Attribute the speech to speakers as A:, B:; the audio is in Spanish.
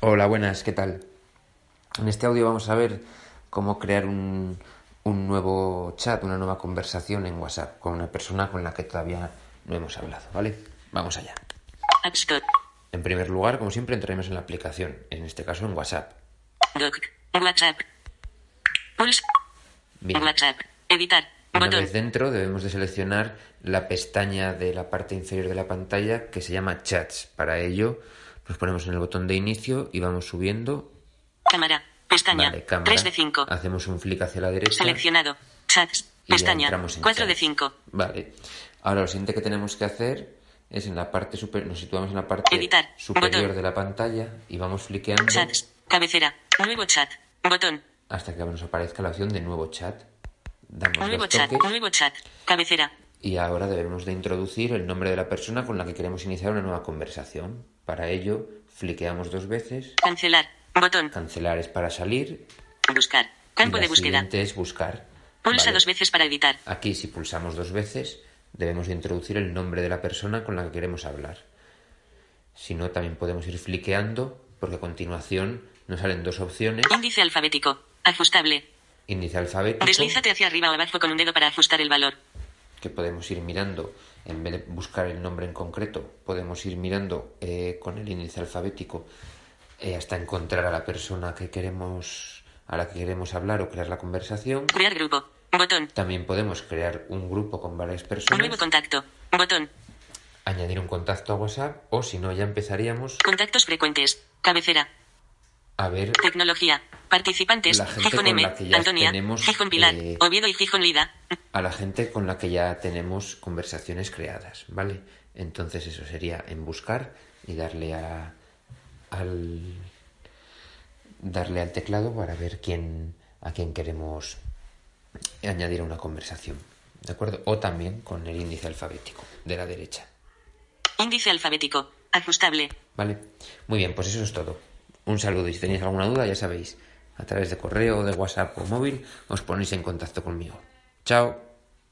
A: Hola, buenas, ¿qué tal? En este audio vamos a ver cómo crear un, un nuevo chat, una nueva conversación en WhatsApp con una persona con la que todavía no hemos hablado, ¿vale? Vamos allá.
B: Appstore.
A: En primer lugar, como siempre, entraremos en la aplicación, en este caso en WhatsApp.
B: Doc. WhatsApp. Pulse.
A: Bien,
B: WhatsApp. Editar.
A: una
B: Botón.
A: vez dentro debemos de seleccionar la pestaña de la parte inferior de la pantalla que se llama Chats. Para ello, nos ponemos en el botón de inicio y vamos subiendo.
B: Cámara. Pestaña.
A: Vale, cámara.
B: 3 de 5.
A: Hacemos un flick hacia la derecha.
B: Seleccionado. Chats.
A: Y ya
B: Pestaña.
A: entramos en
B: 4 de
A: chat.
B: 5.
A: Vale. Ahora lo siguiente que tenemos que hacer es en la parte super, nos situamos en la parte
B: Editar.
A: superior
B: Botón.
A: de la pantalla y vamos fliqueando
B: Chats. Cabecera. Nuevo chat. Botón.
A: hasta que nos aparezca la opción de nuevo chat. Damos
B: Nuevo
A: los
B: chat.
A: toques
B: Nuevo chat. Cabecera.
A: y ahora debemos de introducir el nombre de la persona con la que queremos iniciar una nueva conversación. Para ello, fliqueamos dos veces.
B: Cancelar. Botón.
A: Cancelar es para salir.
B: Buscar.
A: y
B: Campo
A: la
B: de búsqueda.
A: siguiente es buscar.
B: Pulsa
A: Vale.
B: dos veces para editar.
A: Aquí, si pulsamos dos veces, debemos de introducir el nombre de la persona con la que queremos hablar. Si no, también podemos ir fliqueando, porque a continuación nos salen dos opciones:
B: Índice alfabético. Ajustable.
A: índice alfabético,
B: Deslízate hacia arriba o abajo con un dedo para ajustar el valor.
A: que podemos ir mirando, en vez de buscar el nombre en concreto, podemos ir mirando eh, con el índice alfabético eh, hasta encontrar a la persona que queremos, a la que queremos hablar o crear la conversación.
B: Crear grupo. Botón.
A: También podemos crear un grupo con varias personas,
B: Nuevo contacto. Botón.
A: añadir un contacto a WhatsApp o si no ya empezaríamos
B: Contactos frecuentes. Cabecera.
A: a ver
B: Tecnología. Participantes.
A: La gente
B: Gijón
A: con
B: M.
A: la que ya
B: Antonia.
A: tenemos,
B: Gijón Pilar.
A: eh,
B: Oviedo y Gijón Lida.
A: a la gente con la que ya tenemos conversaciones creadas, ¿vale? Entonces eso sería en buscar y darle a al darle al teclado para ver quién a quién queremos añadir a una conversación, ¿de acuerdo? O también con el índice alfabético de la derecha,
B: Índice alfabético. Ajustable.
A: ¿vale? Muy bien, pues eso es todo. Un saludo y si tenéis alguna duda, ya sabéis, a través de correo, de WhatsApp o móvil os ponéis en contacto conmigo. Chao.